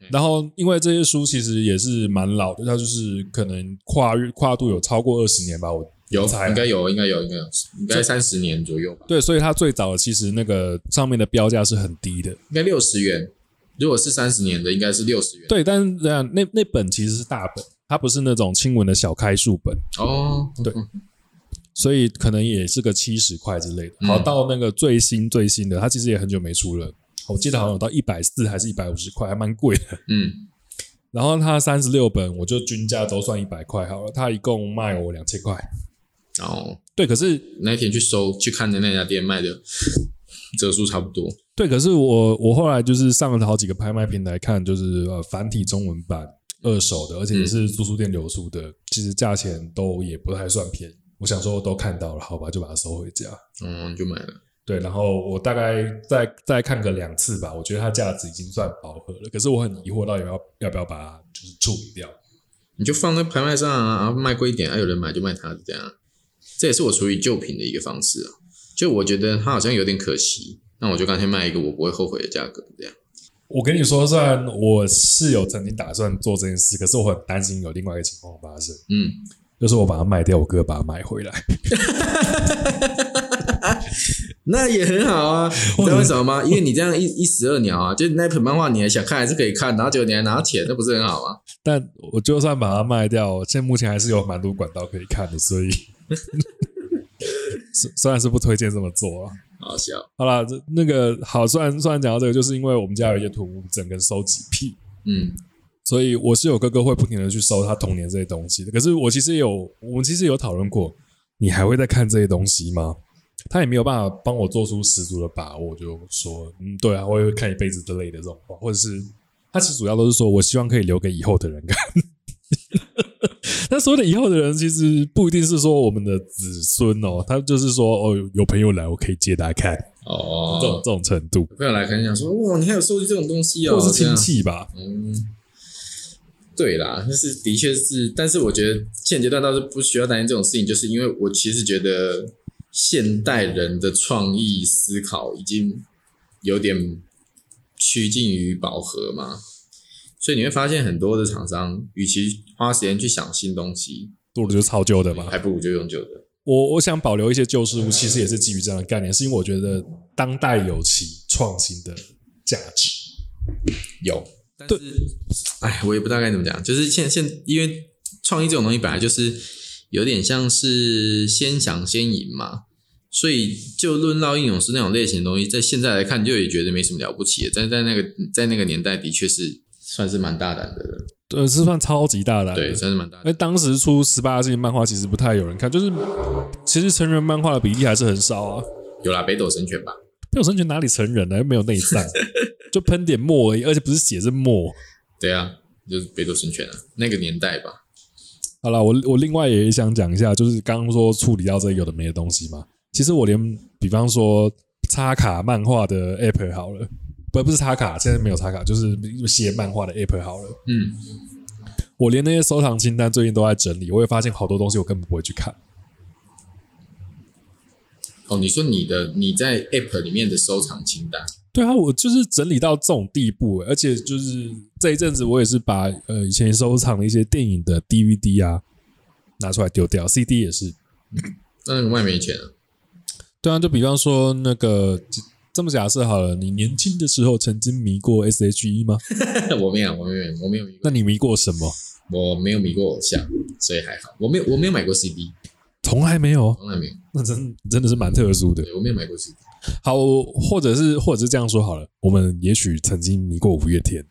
嗯然后因为这些书其实也是蛮老的，它就是可能跨越跨度有超过二十年吧，我有才应该有，应该有，应该有，应该三十年左右吧，对，所以它最早的其实那个上面的标价是很低的，应该六十元。如果是三十年的，应该是六十元。对，但是这样那那本其实是大本，它不是那种亲文的小开数本，哦，对所以可能也是个七十块之类的。嗯好，到那个最新最新的，它其实也很久没出了，我记得好像有到一百四还是一百五十块，还蛮贵的。嗯，然后它三十六本，我就均价都算一百块好了，它一共卖我两千块。然后对，可是哦那一天去搜去看的那家店卖的折数差不多，对，可是我我后来就是上了好几个拍卖平台看，就是呃繁体中文版二手的，而且也是租书店流出的，其实价钱都也不太算便宜。我想说都看到了，好吧，就把它收回家。嗯，就买了。对，然后我大概再再看个两次吧，我觉得它价值已经算饱和了。可是我很疑惑，到底要要不要把它就是处理掉？你就放在拍卖上啊，啊卖贵一点，啊有人买就卖它，这样。啊这也是我处理旧品的一个方式啊。就我觉得它好像有点可惜，那我就干脆卖一个我不会后悔的价格，这样。我跟你说，虽然我是有曾经打算做这件事，可是我很担心有另外一个情况发生，嗯，就是我把它卖掉，我哥把它买回来。那也很好啊。你知道为什么吗？因为你这样一一石二鸟啊，就那本漫画你还想看还是可以看，然后结果你还拿钱，那不是很好吗？但我就算把它卖掉，我现在目前还是有蛮多管道可以看的，所以虽虽然是不推荐这么做啊。好笑。好啦，这那个好，虽然虽然讲到这个，就是因为我们家有一些土木症跟收集癖，嗯所以我是有哥哥会不停的去收他童年这些东西的。可是我其实也有，我们其实有讨论过，你还会再看这些东西吗？他也没有办法帮我做出十足的把握，就说嗯，对啊，我也会看一辈子之类的这种话，或者是他其实主要都是说我希望可以留给以后的人看。 那所谓的以后的人，其实不一定是说我们的子孙哦，他就是说哦，有朋友来，我可以借他看，哦这种这种程度，朋友来肯定想说，哇，你还有收集这种东西哦，或者是这亲样戚吧，嗯，对啦，但是的确是，但是我觉得现阶段倒是不需要担心这种事情，就是因为我其实觉得现代人的创意思考已经有点趋近于饱和嘛，所以你会发现很多的厂商，与其花时间去想新东西，多了就是超旧的嘛，还不如就用旧的。我我想保留一些旧事物，其实也是基于这样的概念，是因为我觉得当代有其创新的价值。有，但是，哎，我也不知道该怎么讲，就是现现因为创意这种东西本来就是有点像是先想先赢嘛，所以就论到应勇士那种类型的东西，在现在来看就也觉得没什么了不起的，但在那个在那个年代的确是算是蛮大胆的了，呃，是算超级大胆对，的。算是蛮大胆那当时出十八禁漫画，其实不太有人看，就是其实成人漫画的比例还是很少啊。有啦，北斗神拳吧，没有神权哪里成人呢、又没有内 脏，就喷点墨而已，而且不是血是墨。对啊，就是北斗神拳啊，那个年代吧，好了，我我另外也想讲一下，就是刚刚说处理掉这有的没的东西嘛。其实我连比方说插卡漫画的 app 好了，不不是插卡，现在没有插卡，就是写漫画的 app 好了。嗯，我连那些收藏清单最近都在整理，我也发现好多东西我根本不会去看。哦，你说你的你在 App 里面的收藏清单，对啊，我就是整理到这种地步、欸而且就是这一阵子我也是把呃以前收藏的一些电影的 DVD 啊拿出来丢掉，CD 也是。那那个卖没钱啊， 对啊，就比方说那个这这么假设好了，你年轻的时候曾经迷过 SHE 吗？ 我没有，我没有，我没有一个。那你迷过什么？我没有迷过偶像，所以还好。我没有，我没有买过 CD，从来没有，哦从来没有。那真真的是蛮特殊的。对，我没有买过 CD。好，或者是或者是这样说好了，我们也许曾经迷过五月天，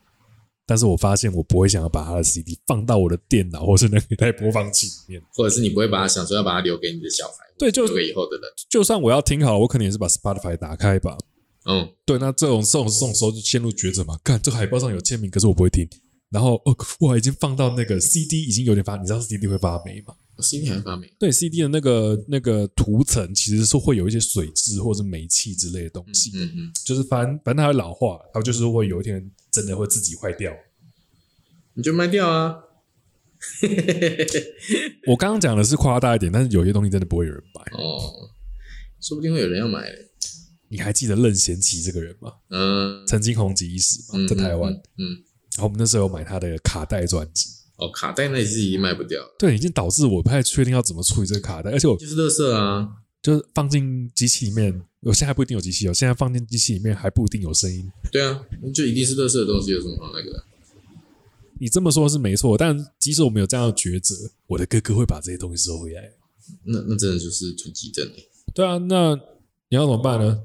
但是我发现我不会想要把他的 CD 放到我的电脑或是那个台 播放器里面。或者是你不会把它想说要把它留给你的小孩，对，就留给以后的人。就算我要听好了，我可能也是把 Spotify 打开吧。嗯，对，那这种这种这种时候就陷入抉择嘛。看这个海报上有签名，可是我不会听。然后哦，我已经放到那个 CD 已经有点发，你知道 CD 会发霉吗？ CD 哦还发霉。对 CD 的那个那个涂层其实是会有一些水质或者煤气之类的东西，嗯嗯，就是反反正它会老化，嗯它就是会有一天真的会自己坏掉。你就卖掉啊。 我刚刚讲的是夸大一点，但是有些东西真的不会有人买。哦，说不定会有人要买嘞。你还记得任贤齐这个人吗？嗯，曾经红极一时嘛，嗯在台湾。嗯嗯，然后我们那时候有买他的卡带专辑，哦，卡带那也是已经卖不掉了，对，已经导致我不太确定要怎么处理这个卡带，而且我就是乐色啊。就是放进机器里面，我现在还不一定有机器哦，现在放进机器里面还不一定有声音。对啊，就一定是乐色的东西，有什么好那个的？你这么说是没错，但即使我们有这样的抉择，我的哥哥会把这些东西收回来。那那真的就是囤积症欸对啊，那你要怎么办呢？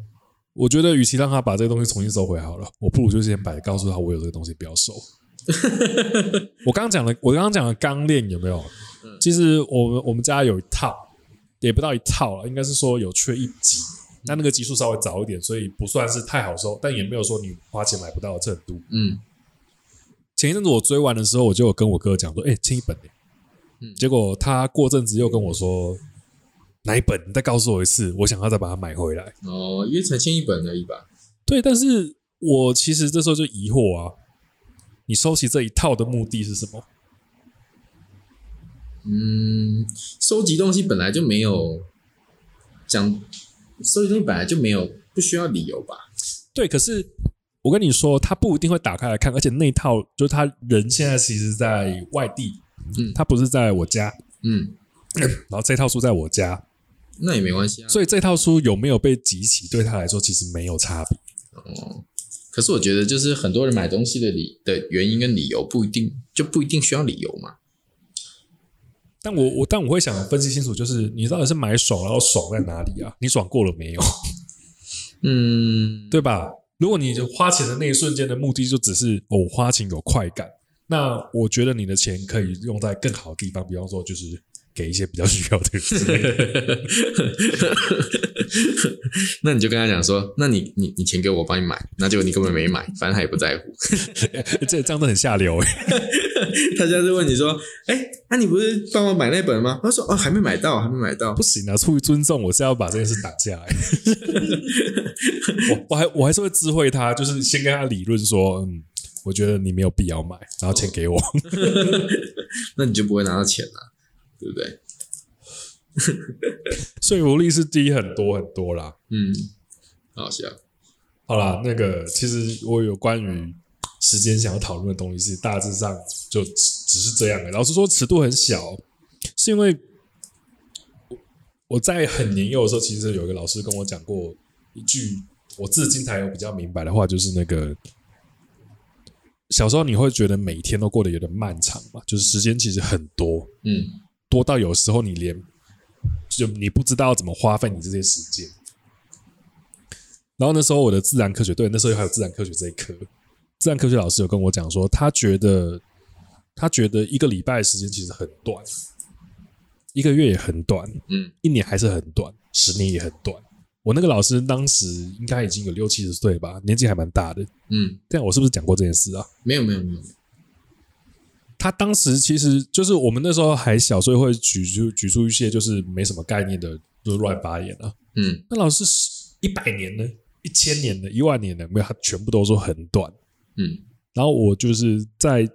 我觉得，与其让他把这个东西重新收回好了，我不如就先摆，告诉他我有这个东西，不要收。我刚刚讲的，我刚刚讲的钢链有没有？其实我们我们家有一套，也不到一套了，应该是说有缺一集，但那个集数稍微早一点，所以不算是太好收，但也没有说你花钱买不到的程度。嗯，前一阵子我追完的时候，我就有跟我哥讲说：“哎、签一本、欸。”嗯结果他过阵子又跟我说：“哪一本？你再告诉我一次，我想要再把它买回来。哦，因为才签一本而已吧。”对，但是我其实这时候就疑惑啊，你收集这一套的目的是什么？嗯，收集东西本来就没有讲，收集东西本来就没有不需要理由吧？对，可是我跟你说，他不一定会打开来看，而且那一套就是他人现在其实在外地，嗯他不是在我家，嗯，然后这套书在我家，那也没关系啊。所以这套书有没有被集齐，对他来说其实没有差别。哦，可是我觉得就是很多人买东西的理的原因跟理由不一定就不一定需要理由嘛。但我我但我会想分析清楚，就是你到底是买爽，然后爽在哪里啊？你爽过了没有？嗯，对吧？如果你就花钱的那一瞬间的目的就只是哦，我花钱有快感，那我觉得你的钱可以用在更好的地方，比方说就是给一些比较需要的人之类的。那你就跟他讲说，那你你你钱给我，我帮你买，那结果你根本没买，反正他也不在乎。这这样都很下流哎、 他下次问你说，哎、那、你不是帮我买那本吗？他说，哦，还没买到，还没买到不。行啊！出于尊重，我是要把这件事打下来。 我我还我还是会知会他，就是先跟他理论说，嗯，我觉得你没有必要买，然后钱给我。 那你就不会拿到钱了，对不对？说服力是低很多很多啦。嗯，好啊笑。好啦，那个其实我有关于时间想要讨论的东西，是大致上就只只是这样的。老实说，尺度很小，是因为我我在很年幼的时候，其实有一个老师跟我讲过一句，我至今才有比较明白的话，就是那个小时候你会觉得每一天都过得有点漫长嘛，就是时间其实很多，嗯多到有时候你连就你不知道怎么花费你这些时间。然后那时候我的自然科学，对，那时候还有自然科学这一科，自然科学老师有跟我讲说，他觉得他觉得一个礼拜的时间其实很短，一个月也很短，嗯一年还是很短，十年也很短。我那个老师当时应该已经有六七十岁吧，年纪还蛮大的。嗯，但我是不是讲过这件事啊？没有没有没有，他当时其实就是我们那时候还小，所以会举出举出一些就是没什么概念的，就是乱发言啊。嗯那老师一百年呢，一千年呢，一万年呢，没有，他全部都说很短。嗯然后我就是在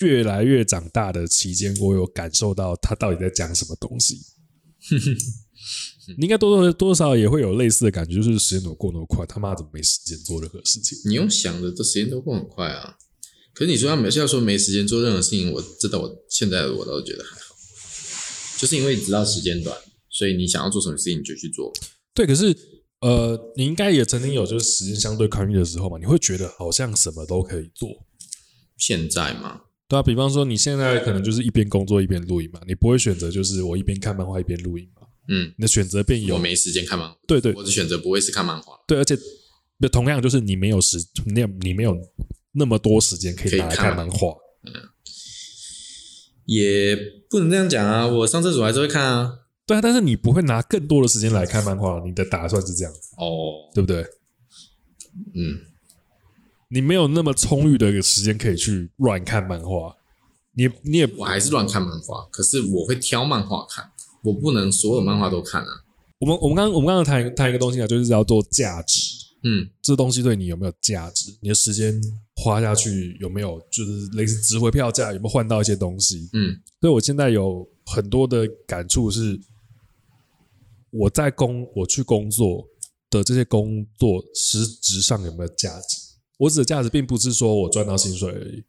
越来越长大的期间，我有感受到他到底在讲什么东西。 你应该多多多少少也会有类似的感觉，就是时间怎么过那么快，他妈怎么没时间做任何事情？你用想的，这时间都过很快啊。可是你说要没要说没时间做任何事情，我这倒我现在我倒是觉得还好，就是因为你知道时间短，所以你想要做什么事情你就去做。对，可是呃，你应该也曾经有就是时间相对宽裕的时候嘛，你会觉得好像什么都可以做，现在嘛，对啊，比方说你现在可能就是一边工作一边录影嘛，你不会选择就是我一边看漫画一边录影嘛，嗯，你的选择变有我，没时间看漫画，对对我的选择不会是看漫画，对，而且那同样就是你没有时，你有你没有那么多时间可可以以拿来看看漫画，也不能这样讲啊。我上厕所还是会看啊。对啊，但是你不会拿更多的时间来看漫画，你的打算是这样，哦，对不对？嗯，你没有那么充裕的时间可以去乱看漫画，你你也我还是乱看漫画，可是我会挑漫画看，我不能所有漫画都看啊。我们我们刚我们刚刚谈谈一个东西啊，就是叫做价值，嗯这东西对你有没有价值？你的时间花下去有没有就是类似值回票价，有没有换到一些东西？嗯所以我现在有很多的感触是，我在工我去工作的这些工作实质上有没有价值？我指的价值，并不是说我赚到薪水而已，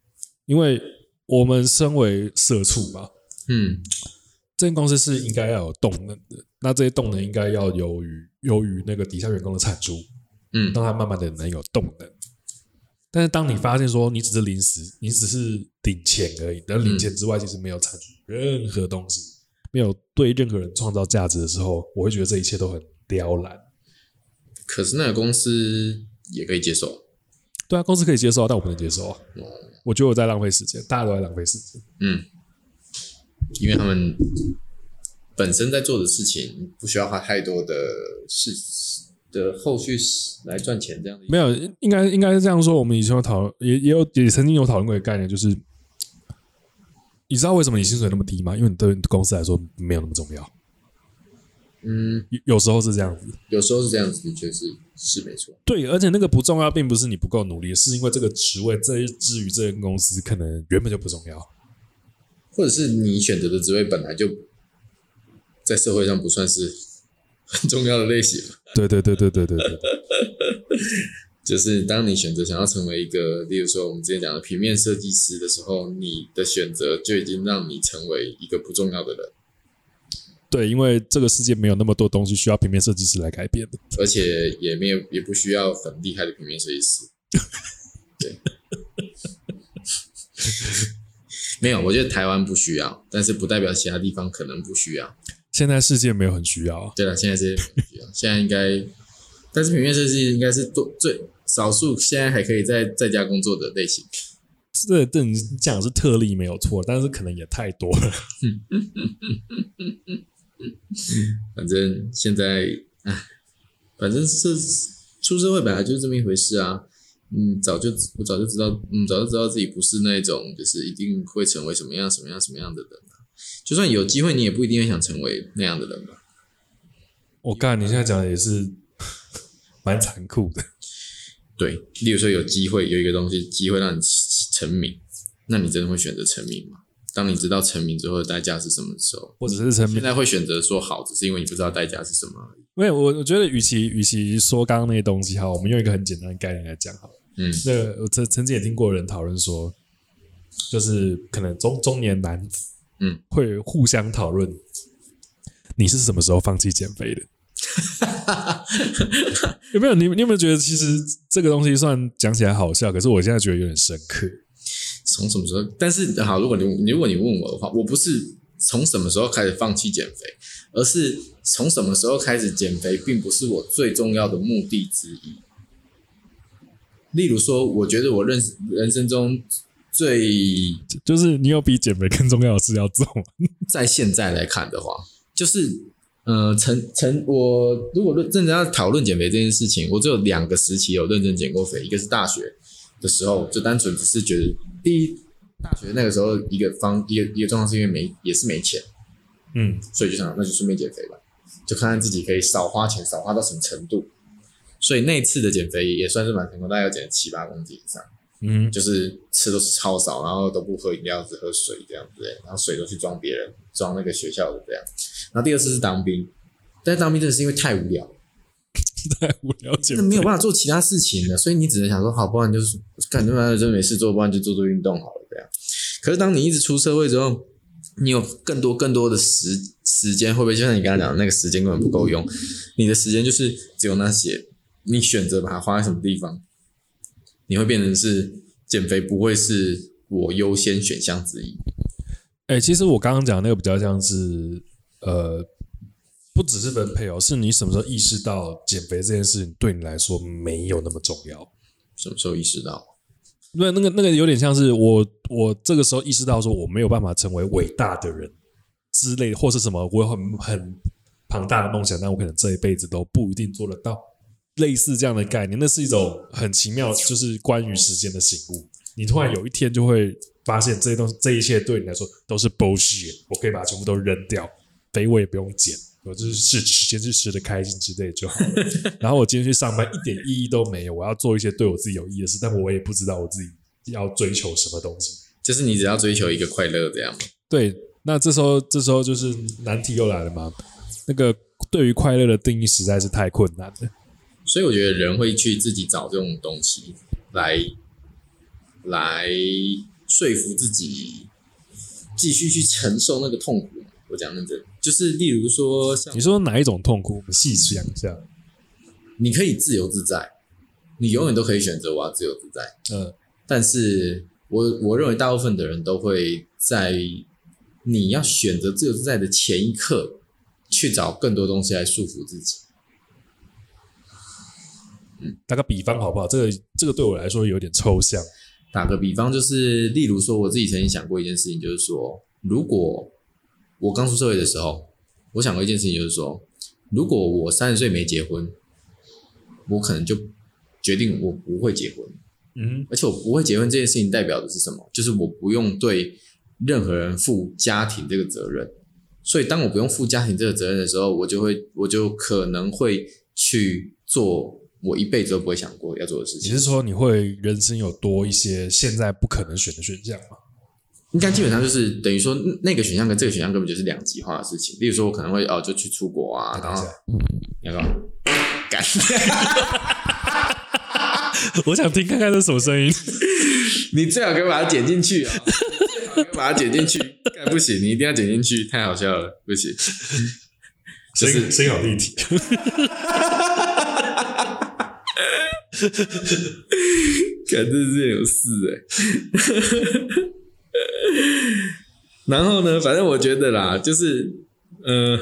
因为我们身为社畜嘛，嗯这间公司是应该要有动能的，那这些动能应该要由于由于那个底下员工的产出，嗯让他慢慢的能有动能。但是当你发现说你只是临时，你只是领钱而已，但领钱之外其实没有产出任何东西，没有对任何人创造价值的时候，我会觉得这一切都很刁难。可是那个公司也可以接受。对啊，公司可以接受啊，但我不能接受啊嗯。我觉得我在浪费时间，大家都在浪费时间。嗯，因为他们本身在做的事情不需要花太多的事的后续来赚钱，这样的没有，应该应该是这样说。我们以前有讨论，也也有也曾经有讨论过一个概念，就是你知道为什么你薪水那么低吗？因为你对公司来说没有那么重要。嗯，有有时候是这样子。有时候是这样子，的确是是没错。对，而且那个不重要，并不是你不够努力，是因为这个职位这一至于这个公司可能原本就不重要。或者是你选择的职位本来就在社会上不算是很重要的类型，对对对对对对对，就是当你选择想要成为一个，例如说我们之前讲的平面设计师的时候，你的选择就已经让你成为一个不重要的人，对，因为这个世界没有那么多东西需要平面设计师来改变的。而且也没有也不需要很厉害的平面设计师。对，没有，我觉得台湾不需要，但是不代表其他地方可能不需要。现在世界没有很需要啊。对了，现在是不需要，现在应该，但是平面设计应该是多最少数现在还可以在在家工作的类型。这这你讲的是特例没有错，但是可能也太多了。反正现在，唉，反正是出社会本来就是这么一回事啊。嗯，早就我早就知道，嗯，早就知道自己不是那种就是一定会成为什么样什么样什么样的人啊、就算有机会，你也不一定会想成为那样的人吧。我看你现在讲的也是 蛮残酷的。对，例如说有机会有一个东西，机会让你成名，那你真的会选择成名吗？当你知道成名之后的代价是什么的时候，我只是成现名，在会选择说好，只是因为你不知道代价是什么而已。没有我我觉得，与其与其说刚刚那些东西，好，我们用一个很简单的概念来讲好了。嗯那个我曾曾经也听过有人讨论说，就是可能中中年男子，嗯，会互相讨论你是什么时候放弃减肥的。有没有你？你有没有觉得，其实这个东西算讲起来好笑，可是我现在觉得有点深刻。从什么时候？但是好，如果你如果你问我的话，我不是从什么时候开始放弃减肥，而是从什么时候开始减肥，并不是我最重要的目的之一。例如说，我觉得我认识人生中最就就是你有比减肥更重要的事要做吗，在现在来看的话，就是呃，成成我如果认认真要讨论减肥这件事情，我只有两个时期有认真减过肥，一个是大学的时候，就单纯只是觉得第一，大学那个时候一个方一个一个状况是因为没也是没钱，嗯，所以就想那就顺便减肥吧，就看看自己可以少花钱少花到什么程度。所以那一次的减肥也算是蛮成功，大概有减了七八公斤以上。嗯， 就是吃都吃超少，然后都不喝饮料，只喝水这样子，然后水都去装别人，装那个学校的这样。然后第二次是当兵，但是当兵真的是因为太无聊了，太无聊减真的肥没有办法做其他事情了，所以你只能想说，好，不然就是干他妈的真没事做，不然就做做运动好了这样。可是当你一直出社会之后，你有更多更多的时时间，会不会就像你刚才讲的那个时间根本不够用？你的时间就是只有那些，你选择把它花在什么地方，你会变成是减肥不会是我优先选项之一。哎、其实我刚刚讲的那个比较像是，呃，不只是分配哦，是你什么时候意识到减肥这件事情对你来说没有那么重要。什么时候意识到？对，那个那个有点像是我我这个时候意识到说我没有办法成为伟大的人之类，或是什么我有很很庞大的梦想，但我可能这一辈子都不一定做得到。类似这样的概念，那是一种很奇妙，就是关于时间的醒悟。你突然有一天就会发现这些东西，这一切对你来说都是 bullshit，我可以把它全部都扔掉，肥我也不用减，我就是吃先去吃的开心之类就好了。然后我今天去上班一点意义都没有，我要做一些对我自己有意义的事，但我也不知道我自己要追求什么东西。就是你只要追求一个快乐这样。对，那这时候这时候就是难题又来了嘛。那个对于快乐的定义实在是太困难了。所以我觉得人会去自己找这种东西来来说服自己，继续去承受那个痛苦。我讲认真，就是例如说像你说哪一种痛苦？我们细想一下。你可以自由自在，你永远都可以选择我要自由自在。嗯，但是我我认为大部分的人都会在你要选择自由自在的前一刻，去找更多东西来束缚自己。打个比方好不好？这个这个对我来说有点抽象。打个比方，就是例如说，我自己曾经想过一件事情，就是说，如果我刚出社会的时候，我想过一件事情，就是说，如果我三十岁没结婚，我可能就决定我不会结婚。嗯，而且我不会结婚这件事情代表的是什么？就是我不用对任何人负家庭这个责任。所以，当我不用负家庭这个责任的时候，我就会，我就可能会去做我一辈子都不会想过要做的事你情。是说你会人生有多一些现在不可能选的选项吗？ 应该基本上就是等于说嗯那个选项跟这个选项根本就是两极化的事情。例如说，我可能会哦，就去出国啊，然等一后下你要 干嘛？干我想听看看这是什么声音。你最好给我把它剪进去啊！最好给我把它剪进去，干不行，你一定要剪进去，太好笑了，不行。就声是音声音好立体。看，这是有事哎、然后呢，反正我觉得啦，就是，呃，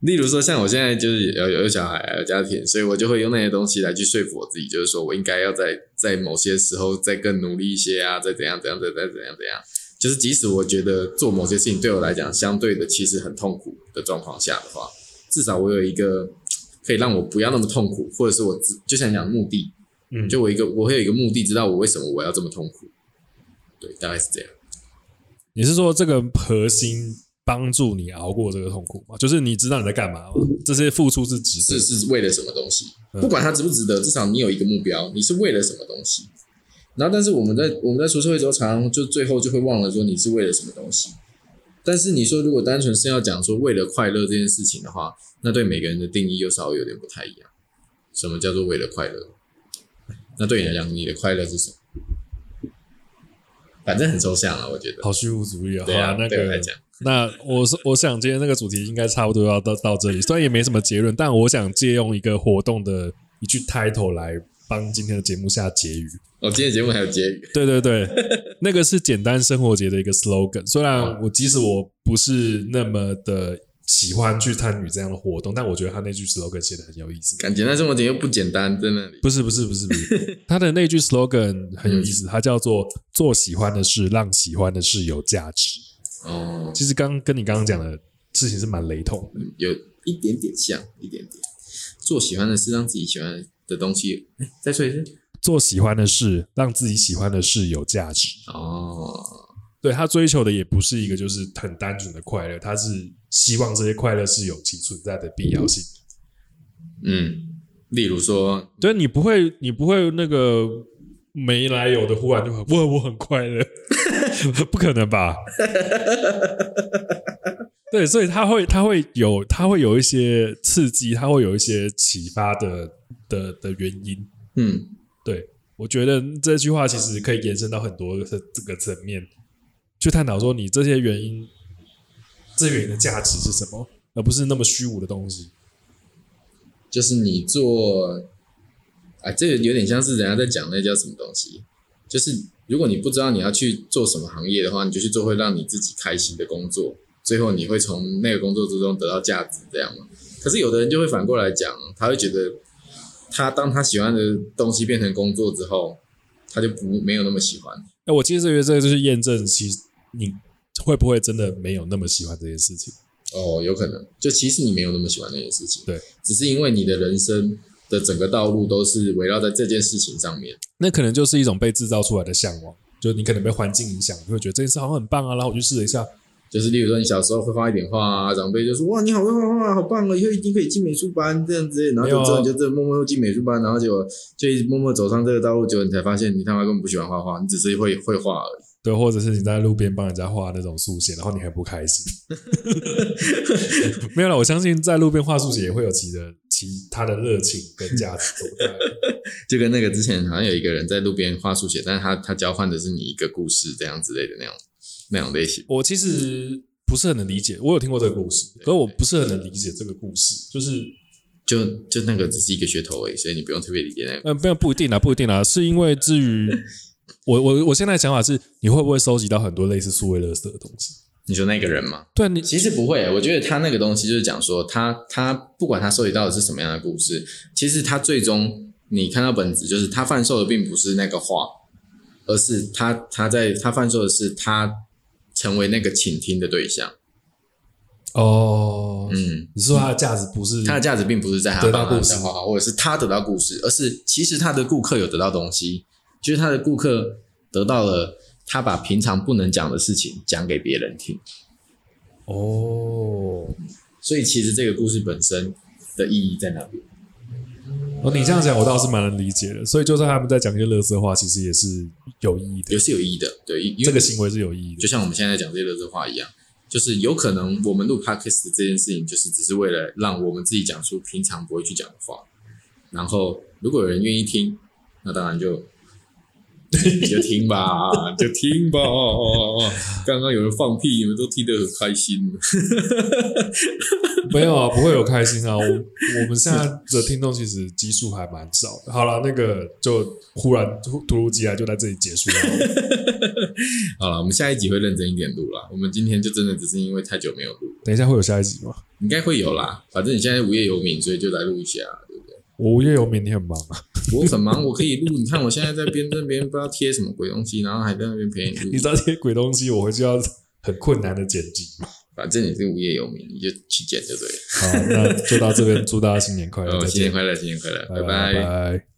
例如说，像我现在就是有有小孩，啊有家庭，所以我就会用那些东西来去说服我自己，就是说我应该要在在某些时候再更努力一些啊，再怎样怎样，再再怎样怎样。就是即使我觉得做某些事情对我来讲相对的其实很痛苦的状况下的话，至少我有一个可以让我不要那么痛苦，或者是我自就像你讲的目的，嗯，就我一个，我会有一个目的，知道我为什么我要这么痛苦。对，大概是这样。你是说这个核心帮助你熬过这个痛苦吗？就是你知道你在干嘛吗？这些付出是值这得的。是为了什么东西？嗯不管它值不值得，至少你有一个目标，你是为了什么东西。然后，但是我们在我们在出社会之后，常常就最后就会忘了说你是为了什么东西。但是你说，如果单纯是要讲说为了快乐这件事情的话，那对每个人的定义又稍微有点不太一样。什么叫做为了快乐？那对你来讲，你的快乐是什么？反正很抽象啊，我觉得。好虚无主义啊！对好啊啦，那对我个来讲，那我是我想今天那个主题应该差不多要到到这里，虽然也没什么结论，但我想借用一个活动的一句 title 来帮今天的节目下结语。我、哦今天节目还有结语。对对 对，那个是简单生活节的一个 slogan。虽嗯然我即使我不是那么的喜欢去参与这样的活动，但我觉得他那句 slogan 写的很有意思。感觉那生活点又不简单，在那里。不是不是不是不是，他的那句 slogan 很有意思，它叫做“做喜欢的事，让喜欢的事有价值”。哦，其实刚跟你刚刚讲的事情是蛮雷同的。有一点点像，一点点。做喜欢的事，让自己喜欢的东西。哎，再说一次。做喜欢的事，让自己喜欢的事有价值。哦，对他追求的也不是一个就是很单纯的快乐，他是希望这些快乐是有其存在的必要性。嗯，例如说，对，你不会，你不会那个没来由的忽然就很我我很快乐， 不可能吧？ 对，所以他会，他会有，他会有一些刺激，他会有一些启发的的的原因。嗯，对我觉得这句话其实可以延伸到很多的这个层面，去探讨说你这些原因，这些原因的价值是什么，而不是那么虚无的东西。就是你做，啊，这个有点像是人家在讲那叫什么东西，就是如果你不知道你要去做什么行业的话，你就去做会让你自己开心的工作，最后你会从那个工作之中得到价值，这样吗？可是有的人就会反过来讲，他会觉得他当他喜欢的东西变成工作之后，他就不没有那么喜欢。那我其实觉得这个就是验证，其实你会不会真的没有那么喜欢这件事情？哦，有可能，就其实你没有那么喜欢那件事情，对，只是因为你的人生的整个道路都是围绕在这件事情上面。那可能就是一种被制造出来的向往，就你可能被环境影响，你会觉得这件事好像很棒啊，然后我去试了一下，就是例如说你小时候会画一点画啊，长辈就说哇你好会画画，好棒哦，以后一定可以进美术班这样子，然后就之后你就这默默又进美术班，然后结果就一直默默走上这个道路，结果你才发现你他妈根本不喜欢画画，你只是会会画而已。对，或者是你在路边帮人家画那种速写，然后你很不开心。 没有了，我相信在路边画速写也会有其的其他的热情跟价值所在。就跟那个之前好像有一个人在路边画速写，但是他他交换的是你一个故事这样之类的那种那种类型。我其实不是很能理解，我有听过这个故事，可是我不是很能理解这个故事，就是就就那个只是一个噱头而已，所以你不用特别理解那个。嗯，没有不一定啦，不一定啦，是因为至 于。我我我现在想法是，你会不会收集到很多类似数位垃圾的东西？你说那个人吗？对，啊你其实不会，我觉得他那个东西就是讲说，他他不管他收集到的是什么样的故事，其实他最终你看到本质就是他贩售的并不是那个画，而是他他在他贩售的是他成为那个倾听的对象。哦，嗯，你说它的价值不是它的价值并不是在他得到故事画画，或者是他得到故事，而是其实他的顾客有得到东西，就是他的顾客得到了他把平常不能讲的事情讲给别人听。哦，所以其实这个故事本身的意义在哪边？哦，你这样讲我倒是蛮能理解的。所以就算他们在讲一些垃圾话，其实也是有意义的也，是有意义的，对，因因为这个行为是有意义就的。像我们现在讲这个话一样，就是有可能我们录 podcast 这件事情，就是只是为了让我们自己讲出平常不会去讲的话。然后，如果有人愿意听，那当 然就你就听吧，就听吧。 刚刚有人放屁，你们都听得很开心。没有啊，不会有开心啊。 我我们现在的听众其实基数还蛮少的。好了，那个就忽然突突如其来就在这里结束了。好了，我们下一集会认真一点录啦。我们今天就真的只是因为太久没有录，等一下会有下一集吗？应该会有啦。反正你现在无业游民，所以就来录一下，对不对？我无业游民，你很忙啊。我很忙，我可以录。你看我现在在边这边不知道贴什么鬼东西，然后还在那边陪你录。你知道这些鬼东西，我回去要很困难的剪辑吗？反正你是无业游民，你就去捡就对了。好，那就到这边，祝大家新年快乐，哦，再新年见，快乐，新年快乐，拜拜拜。